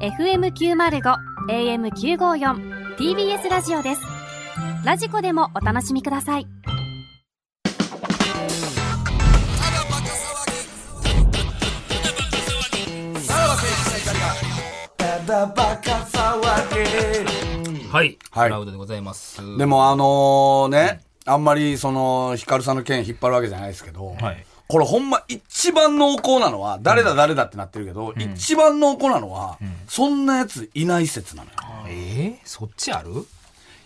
FM905 AM954 TBS ラジオですラジコでもお楽しみくださいはい、はいラウドでございます。でもあのね、あんまりその、ヒカルさんの件引っ張るわけじゃないですけど、はいこれほんま一番濃厚なのは、誰だ誰だってなってるけど、一番濃厚なのは、そんなやついない説なのよ。えー、そっちある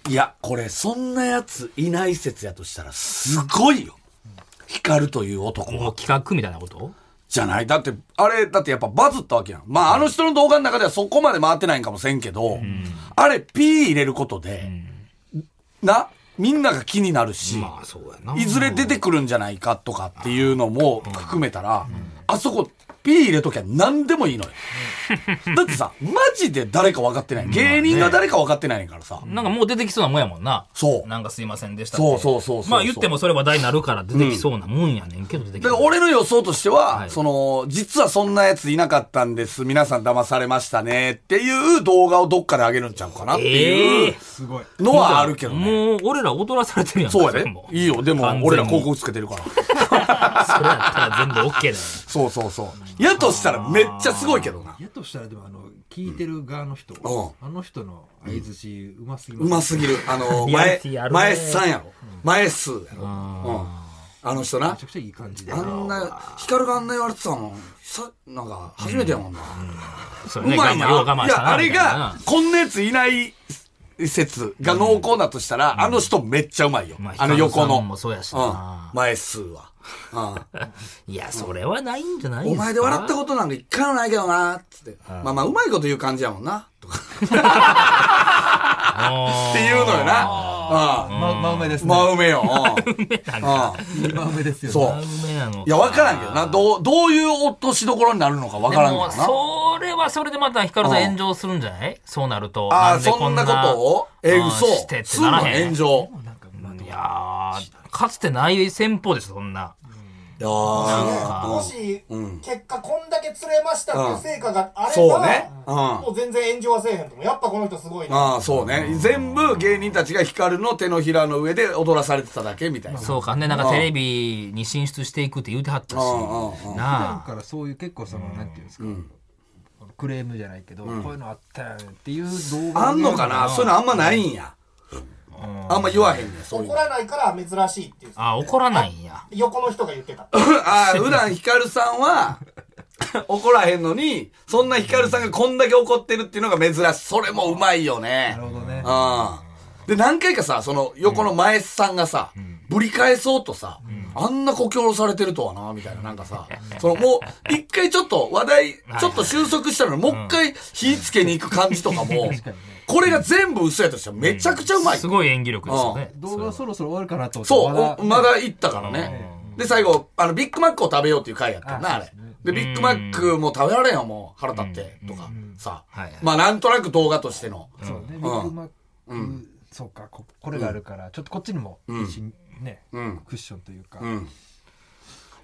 いや、これそんなやついない説やとしたら、すごいよ。ヒカルという男もはう。企画みたいなことじゃないだって、あれ、だってやっぱバズったわけやん。まあ、あの人の動画の中ではそこまで回ってないんかもせんけど、あれ、P 入れることで、な、みんなが気になるし、まあ、そうやな。いずれ出てくるんじゃないかとかっていうのも含めたら、あそこ、P 入れときゃ何でもいいのよ。だってさ、マジで誰か分かってない。芸人が誰か分かってないねんからさ。なんかもう出てきそうなもんやもんな。そうなんかすいませんでした。そうそうそうそうまあ言ってもそれ話題になるから出てきそうなもんやねんけど出てきだからそう俺の予想としては、はいその、実はそんなやついなかったんです。皆さん騙されましたね。っていう動画をどっかで上げるんちゃうかなっていうすごい。のはあるけどね。もう俺ら踊らされてるやんそうやでれも。いいよ。でも完全に俺ら広告つけてるから。それやったら全部 OK だよ。そうそうそう。やとしたらめっちゃすごいけどな。やとしたらでもあの聞いてる側の人、うあの人の相槌うますぎうますぎる。あの、リアリ前ティあ、るね前さんやろ。前数やろ。うん。あの人なめち。ゃくちゃいい感じであんな、ヒカルがあんな言われてたの、さ、なんか、初めてやもんな。そうれね、まいな。我慢よう我慢いしたや、なあみれたいなが、こんなやついない説が濃厚だとしたら、あの人めっちゃうまいよま。ああの横ヒカルの。さんもそうやしう。なん前数は。うんいや、それはないんじゃないおですか。前で笑ったことなんか一回もないけどな、つって。まあまあ、うまいこと言う感じやもんな、とか。っっていうのよな。うん。ま真上ですね真埋めよ。う んうん。真上ですよねそう。梅なのいや、わからんけどな。どう、どういう落としどころになるのかわからんでけども、な。それはそれでまたヒカルさうんん炎上するんじゃないそうなると。ああ、でそんなことをえ、うん嘘してってすんなのらへ炎ん上。なんかまあいやー、かつてない戦法ですよ、そんな。いやーもし、結果こんだけ釣れましたっていう成果があれば、そうね。うん。もう全然炎上はせえへんともやっぱこの人すごいなああ、そうね。全部芸人たちが光の手のひらの上で踊らされてただけみたいな。そうかね、なんかテレビに進出していくって言うてはったしうんうんう。んだなあ。からそういう結構その、なんていうんですか、このクレームじゃないけど、こういうのあったやんっていう動画あんのかなそういうのあんまないんや。あんま言わへんねんそういう怒の。らないから珍しいっていうあ、怒らないんや。横の人が言ってたああ、普段ヒカルさんは、怒らへんのに、そんなヒカルさんがこんだけ怒ってるっていうのが珍しい。それもうまいよね。なるほどねうん。で、何回かさ、その横の前さんがさ、ぶり返そうとさ、あんな故郷されてるとはな、みたいな、なんかさ、そのもう、一回ちょっと話題、ちょっと収束したのに、もう一回火つけに行く感じとか も、これが全部嘘やとしたらめちゃくちゃうまい。すごい演技力ですよね。動画そろそろ終わるかなと思ってそう、おまだ行ったからね。で、最後、あの、ビッグマックを食べようっていう回やったよな、あれ。で、ビッグマックも食べられんよ、もう、腹立って、とか、さはいはい。まあ、なんとなく動画としての。そうねビッグマック、そうかここれがあるから、ちょっとこっちにも一心、ね、クッションというか、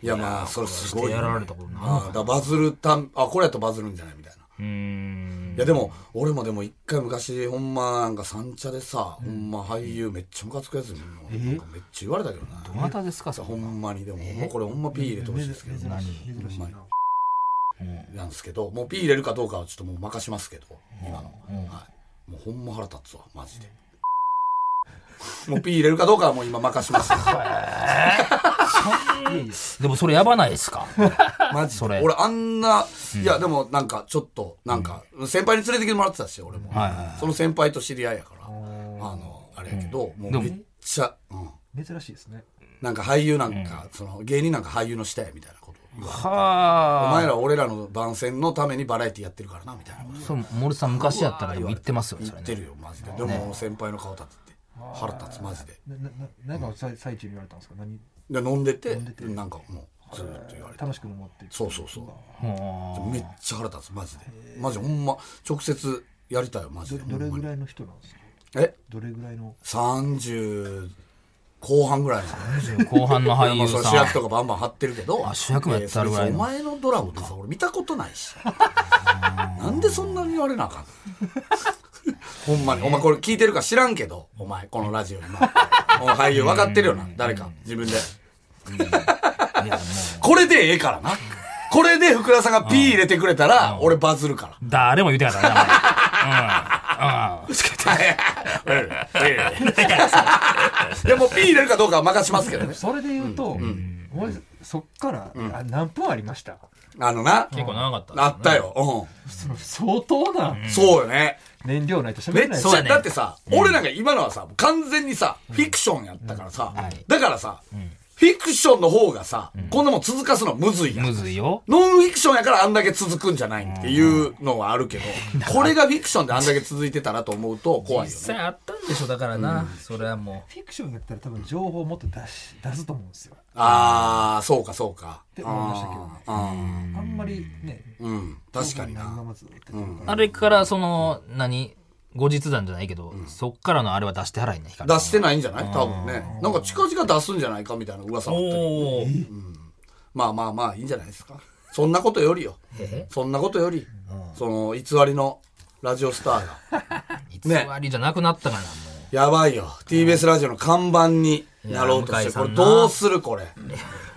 いや、まあ、それすそごういやよね。られたことなああだからバズるたん、あ、これやとバズるんじゃないみたいな。うーん。いや、でも、俺もでも一回昔、ほんま、なんか三茶でさ、ほんま俳優めっちゃムカつくやつに、なんかめっちゃ言われたけどな。どなたですか、そほこ。んまに、でも、ほんまこれほんま P 入れてほしいですけど。珍しい珍しいななんですけど、もう P 入れるかどうかはちょっともう任しますけど、今の。はい。もうほんま腹立つわ、マ ジで。もう P 入れるかどうかはもう今任し ます。でもそれやばないですか。 マジでそれ俺あんな、いやでもなんかちょっと、なんか、先輩に連れてきてもらってたし、俺も。はいはいはその先輩と知り合いやから、あの、あれやけど、もうめっちゃ、うん。珍しいですねなんか俳優なんか、その芸人なんか俳優の下やみたいなこと言われて。おはあ。前ら俺らの番宣のためにバラエティやってるからな、みたいなこと。そう、森さん昔やったら言ってますよ、それ言っね。てるよ、マジで。でももう先輩の顔立ってて。腹立つ、マジで。ななななんか最最中に言われたんですか何で飲んでてなんかもうずーっと言われて楽しくも思ってそうそうそうほーめっちゃ腹立つマジでマジほんま直接やりたいよマジでどれほんまぐにらいの人なんですかえどれぐらいの30後半ぐらいの後半の俳まあ優そされん。主役とかバンバン張ってるけどあ主役もやってたぐらいえーその れお前のドラマでさ俺見たことないしなんででそんなに言われなあかんの ほんまに。お前これ聞いてるか知らんけど、お前、このラジオ 今。お前俳優分かってるよな、誰か、自分で。いやもこれでええからな。これで福田さんが P 入れてくれたら、俺バズるから。う誰も言うてなかった なお前うんうん でも P 入れるかどうかは任しますけどね。それで言うと、俺そっから、あ何分ありましたあのな、結構長かったですねあったよ。その相当なうん。そうよね。燃料ないと喋めれっないちそうゃ、やねだってさ、俺なんか今のはさ、完全にさ、フィクションやったからさ、だからさ、フィクションの方がさ、こんなもん続かすのむずいやんむ。ずいよノンフィクションやからあんだけ続くんじゃないっていうのはあるけど、これがフィクションであんだけ続いてたらと思うと怖いよ実ね。際あったんでしょだからなそれはもフィクションだったら多分情報をもっと出し出すと思うんですよああ、そうかそうか。て思いましたけどねあーあんまりねあーうん、確かに情な。報ないままずっとやってるからうあれからその何後日談じゃないけどそっからのあれは出してはらいね光出してないんじゃない多分ね。なんか近々出すんじゃないかみたいな噂もあったけどおおまあまあまあいいんじゃないですか。そんなことよりよ。そんなことより、その偽りのラジオスターが。偽りじゃなくなったからもやばいよ。TBS ラジオの看板になろうとしいて、や向これ井さんなどうするこれ。う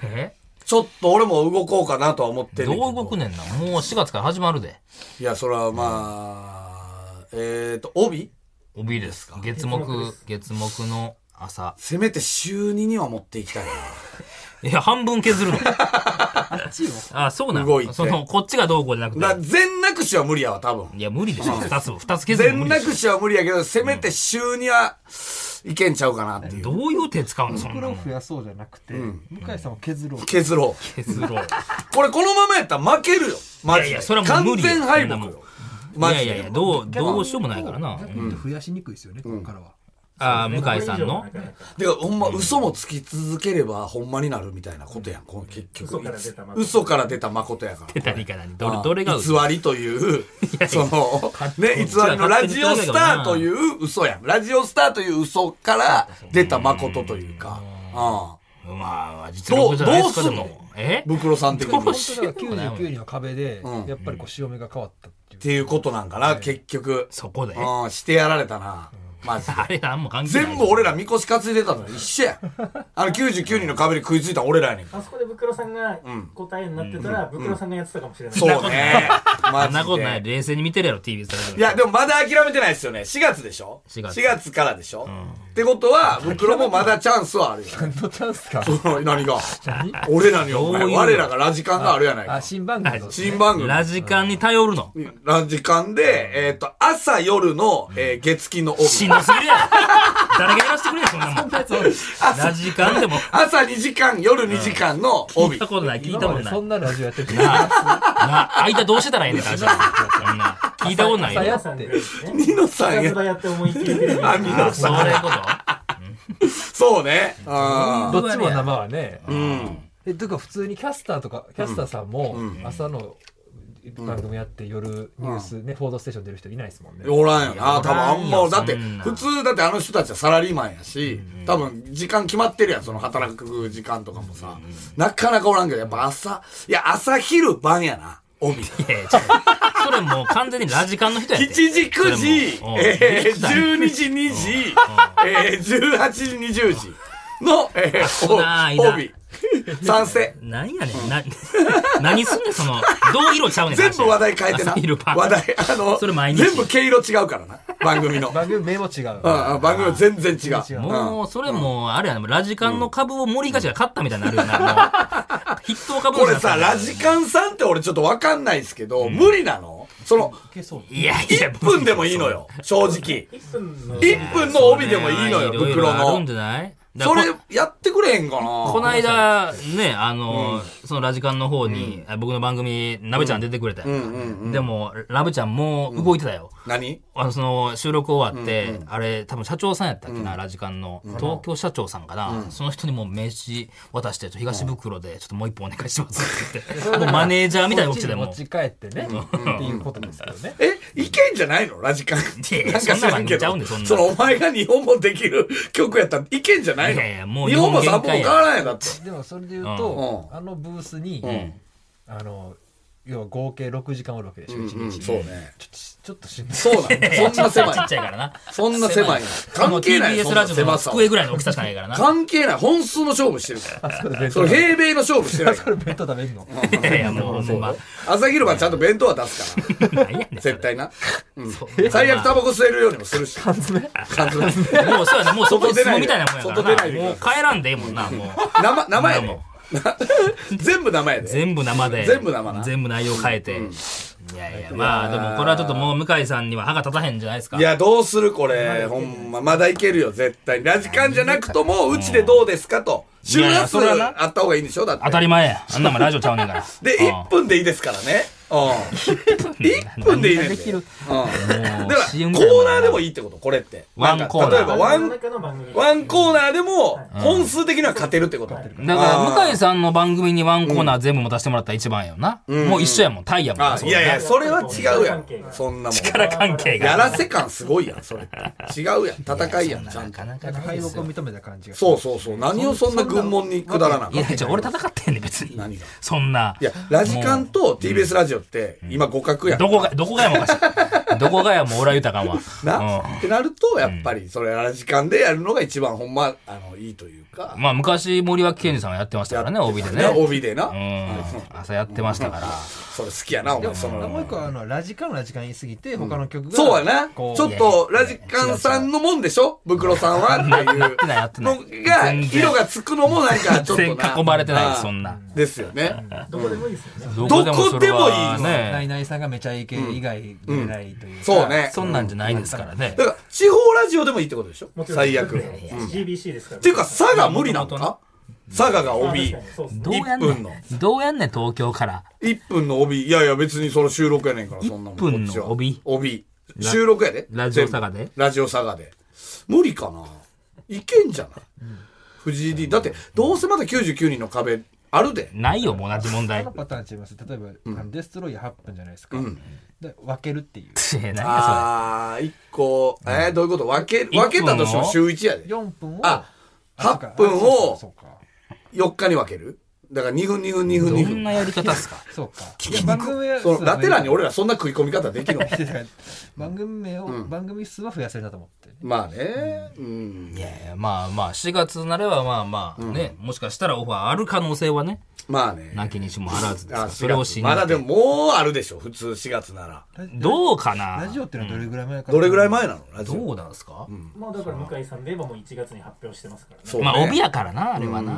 えちょっと俺も動こうかなとは思ってるどう動くねんなもう4月から始まるでいや、それはまあ、えっ、と、帯帯ですか月木月木の朝せめて週2には持っていきたいいや半分削るのあっちよ あそうな動いてのそのこっちがどうこうじゃなくな。だて全なくしは無理やわ、多分。いや無理でしょ2つ二つ削るの無全な理でしょくしは無理やけど、せめて週2はいけんちゃうかなっていう。どういう手使うのそんな袋のを増やそうじゃなくて、向井さんを削ろう削ろう。削ろうこれこのままやったら負けるよ。マジで。いやいやそれはもう無理完や全敗北そんなよも。 マいやジいで。やいやどうどうしようもないからな逆に言うと増やしにくいですよね、ここからはああ向井さんのてか、ほんま嘘もつき続ければほんまになるみたいなことやん、この結局。嘘から出た誠やから。何か何どれどれが偽りという、やその、ね、偽りのラジオスターという嘘やん。ラジオスターという嘘から出た誠というか、うまあ実力じゃないですかどでうどうすんのもえん。ブクロさん的に。どうっし本当だから99人の壁で、やっぱりこう潮目が変わったっていう、ていうことなんかな、結局。そこでうん、してやられたな。マジで。あれなんも関係ない全部俺らみこし担いでたの一緒やあの99人の壁に食いついた俺らやねんあそこでブクロさんが答えになってたら、ブクロさんがやってたかもしれない。そうねマジそんでなことない冷静に見てるやろ TBS ラジオいやでもまだ諦めてないですよね4月でしょ4月からでしょ、ってことは袋もまだチャンスはあるよ何のチャンスかその何が俺らにお前どういう我らがラジカンがあるやないあか新番組の新番組ラジカンに頼るのラジカンで、えっ、と、朝夜の、えー月金の帯。しんどすぎるや ろ誰がやらせてくれよそんなもんラジカンでも朝2時間、夜2時間の聞帯。いたことない聞い今たこまとでないそんなラジオやってるな間どうしてたらええねんラジカンそんな聞いたことないよ朝や皆さんで、ね、ニノさんややつ。だやって思い切りで。あ、ニノそうさんいや。うことそうね。あどっちも生はね、ーうん。えとか普通にキャスターとかキャスターさんも朝の番組やって夜ニュースね、報道ステーション出る人いないですもんねおらんよな、多分あんおらんま、よだって、そんな普通、だってあの人たちはサラリーマンやし、多分時間決まってるやん、その働く時間とかもさ。なかなかおらんけど、やっぱ朝、いや、朝昼晩やな、 帯。いやいや違うそれもう完全にラジカンの人や7で時、9時、えー、それもう12時、2時、えー、18時、20時の、えこのー、間お帯。賛成。何やねん、な、 何すんねん、その、どう色ちゃうねん。全部話題変え てな。朝昼晩話題、あの、それ毎日全部毛色違うからな、番組 の。番組名も違ううんうん番組全然違う。もう、それもう、あれやな、ラジカンの株を森がしが買ったみたいになるよな、もう。筆頭株こ主にれなったさ、ラジカンさんって俺ちょっとわかんないですけど、無理なのその、いけそういやいや、 1分でもいいのよ、正直。 1分の1分の帯でもいいのよ、ろ袋あるのんじ。ゃないだかそられこ、やってくれへんかなこの間、ね、あの、そのラジカンの方に、あ僕の番組、なべちゃん出てくれたやんかでも、ラブちゃんもう動いてたよ。何あのその収録終わって、あれ多分社長さんやったっけな、ラジカンの、東京社長さんかな、その人にもう名刺渡してちょっと東袋でちょっともう一本お願いしますって 言って、もうマネージャーみたいなこ動っきちしてたによ持もうち帰ってね、っていうことですけどねえ、いけんじゃないのラジカン。やいやなんか知らんけどそんなの。ちゃうんでそそんなののお前が日本もできる曲やったらいけんじゃないのいやいやもう日本も日3本本変限界やわらんやんだって。でもそれで言うと、うんあのブースに、あの要は合計6時間おるわけでしょ、一うん日。そうね。ちょっとしちょっとしんどい。そうなんそんな狭いち。っちゃいからな。そんな狭い。関係ない。そ TBS んラなジオの狭さは。机ぐらいの大きさしかないからな。関係ない。本数の勝負してるから。それ 弁そ当れ食べ平米の勝負 してないから。弁当食べんのいやいや、もう、ほんま。朝昼晩ちゃんと弁当は出すから。 何やねんそれ 絶対な。そう最悪タバコ吸えるようにもする し。缶詰缶詰もうそうやね、もうそこに外出相ないで撲みたいなもんやから外出ないな。でもう帰らんでええもんな、もう。生、生や生で。 全部生やで。全部生で。全部生な全部内容変えて。いやいや、まあ、でもこれはちょっともう向井さんには歯が立たへんじゃないですか。いや、どうするこれ。ほんま、まだいけるよ、絶対。ラジカンじゃなくとも、うちでどうですかと。周いやいや波数それはなあった方がいいんでしょだって。当たり前や。あんなもんラジオちゃうねんから。で、うん1分でいいですからね。 うん。1分でいいねんで。うん。だから、コみたいなもんーナーでもいいってこと、これって。ワンなんかコーナー例えば、ワ番組のン、中の番組ワンコーナーでも、本数的には勝てるってこと。だから、向井さんの番組にワンコーナー全部持たせてもらったら一番やよな。もう一緒やもん、タイやもんあな。、そいこなやいや、それは違うや関係ん。がそんなもん。力関係やが。らせ感すごいやん、それ。違うやん。戦いやん、ちゃなんとか。なかなんなかか敗です北よを認めた感じが。そうそうそう。何をそんな軍門に下らなあかんいや、じゃあ俺戦ってんねん別に。何がそんな。いや、ラジカンと TBS ラジオって、今互角やん。どこが、どこがやもおかし い。どこがやもう俺は豊かんわ。な、うんってなると、やっぱり、それラジカンでやるのが一番ほんま、あの、いいというか。まあ昔森脇健児さんがやってましたからね、帯でね。帯でな。うん。朝やってましたから。それ好きやな、おで前。もそのもう一個はあのラジカンのラジカン言い過ぎて他の曲がそうやな。ちこうょっと、ラジカンさんのもんでしょブクロさんはっていうてないやってないのが、全然色がつくのもなんか、ちょっと全然な。囲まれてないです、あそんな。ですよね。どこでもいいですよね。どどこでもいいのナイね。ナイさんがめちゃイケ以外出れないというかそうね。そんなんじゃないですからねだ。から、地方ラジオでもいいってことでしょもちろん最悪。だっってて GBC ですから。いうか、佐賀無理なのか佐賀があ、帯。確かにそうっすねどうやんね1分のん。どうやんねん、東京から。 1分の帯、いやいや別にその収録やねんから、そんなもん。 1分のこっちは帯帯。収録やで。ラジオ佐賀で全部ラジオ佐賀で。無理かないけんじゃない藤井 D。だって、どうせまだ99人の壁あるで。ないよ、もう同じ問 他題。のパターン違います例えば、あのデストロイヤー8分じゃないですか、で分けるっていういや何やあー、1個、えー、どういうこと分け、分けたとしても週1やで。 4分をあそうか8分をそうか4日に分けるだから2分、2分、2分、それ。 2どんな分。やり方っすかそうかいや番組はそのラテラに俺ららそんな食い込み方できるの 番組名を、番組数は増やせるなと思ってまあね。うんい。やいや、まあまあ、4月なればまあまあ、ね、もしかしたらオファーある可能性はね、まあね。なきにしもあらずですあよそれを信じまだでて。ももうあるでしょ、普通4月なら。どうかなラジオってのはどれぐらい前か、どれぐらい前なのラジオどうなんすかもうだから向井さんで言えばもう1月に発表してますからね。そうねまあ、帯やからな、あれはな。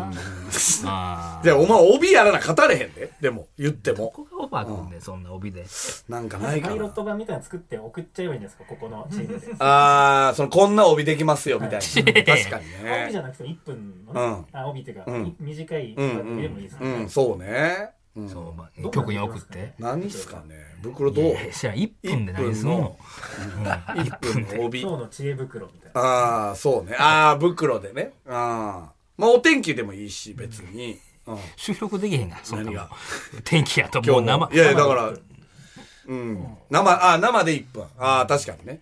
まあじゃあお前帯やらな語れへんで。でも、言っても。ここがオファーくんで、そんな帯で。なんかないパかイロッな。ト版みたいなの作って送っちゃえばいいんですか、ここのチームで。あー、その、こんな帯できますよ、みたい な。確かに帯じゃね。なくても1分のうんね、あ、帯っていうか、い短いうん番組でもいいですうよん。うん、ね。そうね。うん。そう、まあ、局に送って。何すかね。袋どうえ知らん、1分で何すんの ?1 分の帯今。日の知恵袋みたいな。あー、そうね。あー、袋でね。あー。まあ、お天気でもいいし、別に。うん。収録できへんが、そんな何もんが。天気やと、も今う日も生。いやいや、だから、うん。生、あー、生で1分。あー、確かにね。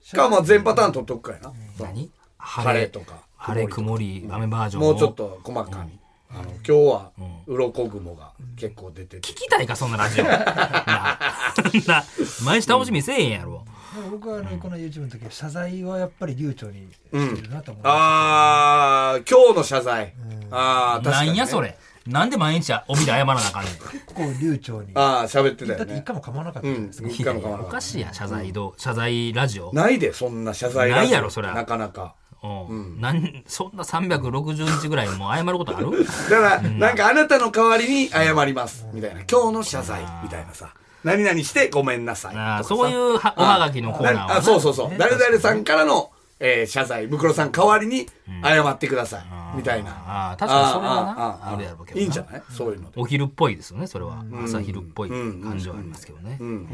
しかも全パターン取っとくからやな。何晴れとか晴れ、曇り、雨バージョンもを。うちょっと細かに、あの今日は鱗雲が結構出てて聞、きたいか、そんなラジオ。 なあそんな、毎日楽しみせえへんやろ。でも僕はあのこの YouTube の時は謝罪はやっぱり流暢にしてるなと思って、ああ今日の謝罪、ああ確なかに、ね、んや、それ。なんで毎日帯で謝らなあかんねん。 結構流暢にだああ喋ってたよって一ね回も噛まなかったうじゃないんですか、一回も変わらおなかかったしいやん、謝罪ど謝罪ラジオ。ないでそんな謝罪ラジオないやろそりゃなかなかうん。なん、そんな360日ぐらいもう謝ること あるだから、なんかあなたの代わりに謝ります、みたいな今日の謝罪みたいなさ何々してごめんなさいとなかあさそういうはおはがきのコーナーはあな。あそうそうそう。誰々さんからの、えー謝罪。ブクロさん代わりに謝ってください。みたいな。あー確かにそれはなあーあーあーあるやろうけどないいんじゃないそういうので。お昼っぽいですよね、それは。朝昼っぽい感じはありますけどね。うん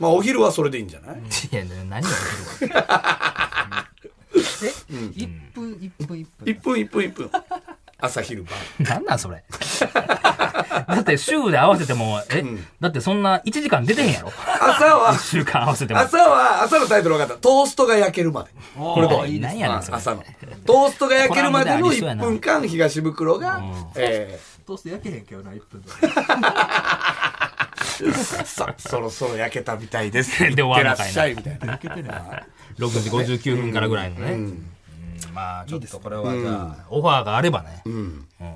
まあ、お昼はそれでいいんじゃないいや、何がお昼は。え、1分1分1分 ?1 分、1分、1分。朝昼晩。なんなんそれ。だって週で合わせても、え、だってそんな1時間出てへんやろ。、朝は週間合わせても。朝は、朝のタイトル分かった。トーストが焼けるまで。これで。何やねん、それ。朝の。トーストが焼けるまでコラムであのりそうや1な分間、東袋が、えどうせ焼けへんけどな1分でさ そろそろ焼けたみたいです。 で終いってらわるのっかいしなゃいみたいな。焼けてるな。 6時59分からぐらいのね。うんまあちょっとこれはじゃあ、オファーがあればね。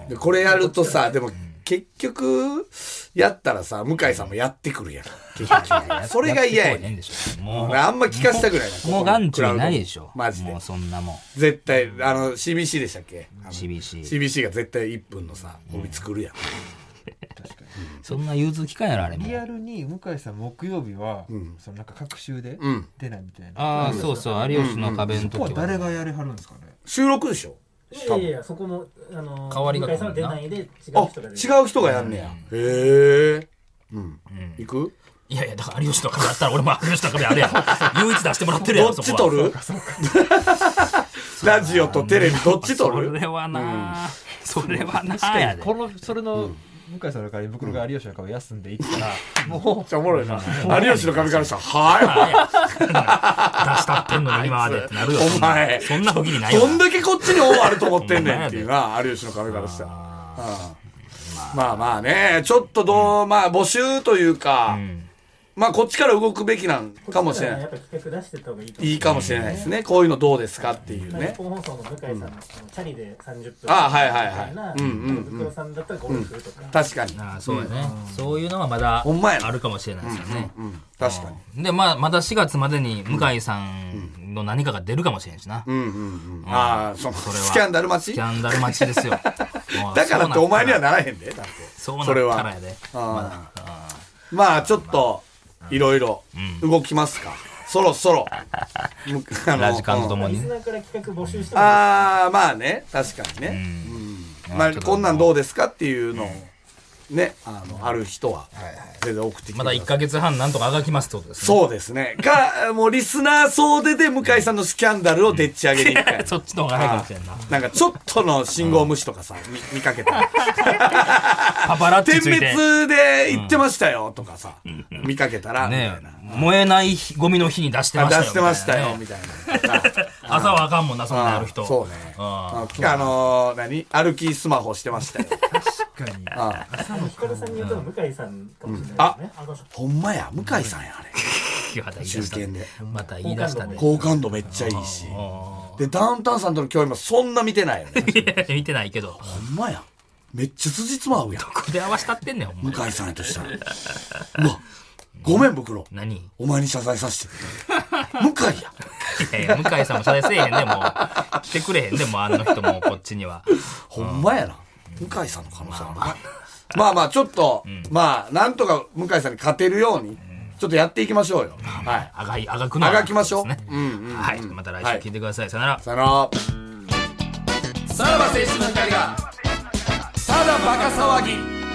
でこれやるとさ、でも結局、やったらさ、向井さんもやってくるやん。結局それが嫌ややってこいねねんんでしょもう、俺あんま聞かせたくないな。ここもう眼中にないでしょ。マジでもう。そんなもん。絶対、あの、CBC でしたっけあの CBC。 CBC が絶対1分のさ、帯作るやん。そんな融通機関やろ、あれもリ。アルに向井さん木曜日は、そのなんか各週でん出ないみたいな、ああ、そうそう、有吉の壁のここは時はね。誰がやりはるんですかね収録でしょいやいやいや、そこも、あの、代わりが来るな向井さんは出ないで、違う人あが出、る。違う人がやんねや。へえ。うん。行くいやいや、だから有吉の壁あったら俺も有吉の壁あ れやろ。唯一出してもらってるやどろ、っそちこは取るラジオとテレビどっち取そるれはな、それはなやで。このそれの向井さんの代わりに袋が有吉の顔休んでいったら、もめっちゃおもろいな。有吉の神からしたら、 は出したってんのに今までってなるよ。お前そんなそんな不義理ないい。よな。どんだけこっちに恩あると思ってんねんっていうな、有吉の神からしたら。うんまあまあね、ちょっとどう、まあ募集というか、まあこっちから動くべきなんかもしれなやいっ。ぱ企画出してった方がいいと思う。いいかもしれないですね。こういうのどうですかっていう日ね。本放送の向井さんのあのチャリで30分あはいはいはいみたなうんうんうんブクロさんだったらゴルフとか確かに。ああそうやね、そういうのはまだほんまやなあるかもしれないですよね、うん、確かに。でまあまだ4月までに向井さんの何かが出るかもしれんしな、うんうんうん。ああ、そのそれはスキャンダルス待ちキャンダル待ちですよ もうだからってお前にはなならへんで、だって。そうなっそたれはらやであーまあちょっといろいろ動きますか、そろそろむあの ラジカンとともリにスねナーから企画募集してもらああまあね確かにね、うんままああ、ちょっとこんなんどうですかっていうのをねあのある人は全然送ってきてくまさだい1か月半なんとかあがきますってことですねそうですねかもうリスナー総出で向井さんのスキャンダルをでっち上げに行くかそっ ちの方が早いかもしれ んななんかちょっとの信号無視とかさ、見見かけたらパパラッチ点ついて滅で行ってましたよとかさ、見かけたらみたねいな、燃えない日ゴミの日に出してあましたよ出してましたよみみたいな。たいなね朝はあかんもんなそんなんやる人そうね。ああのー、何歩きスマホしてました よ。確かにあうヒカルさんに言うと向井さんかもしれないですねあのほんまや、向井さんや、あれ。いやまた言い中出した堅で。また言い出したで好感度めっちゃいいし。で、ダウンタウンさんとの共演もそんな見てないよ ね。いや 見てないけどほんまや。めっちゃ辻褄合うやん。これ合わしたってんねんお前向井さんやとしたら。うわ、ごめん、袋。何 お前に謝罪させて。向井や。いやいや向井さんも謝罪せえへんでもう来てくれへんでもうあの人もこっちにはほんまやな。向井さんの可能性あるな。 まあまあ、ちょっと、まあ、なんとか向井さんに勝てるように、ちょっとやっていきましょうよ。はい。あがいあがくのあはがきましょう。ですねうんうんうんはいまた来週聞いてくださいさよならさよなら。さらば青春の光が、ただバカ騒ぎ。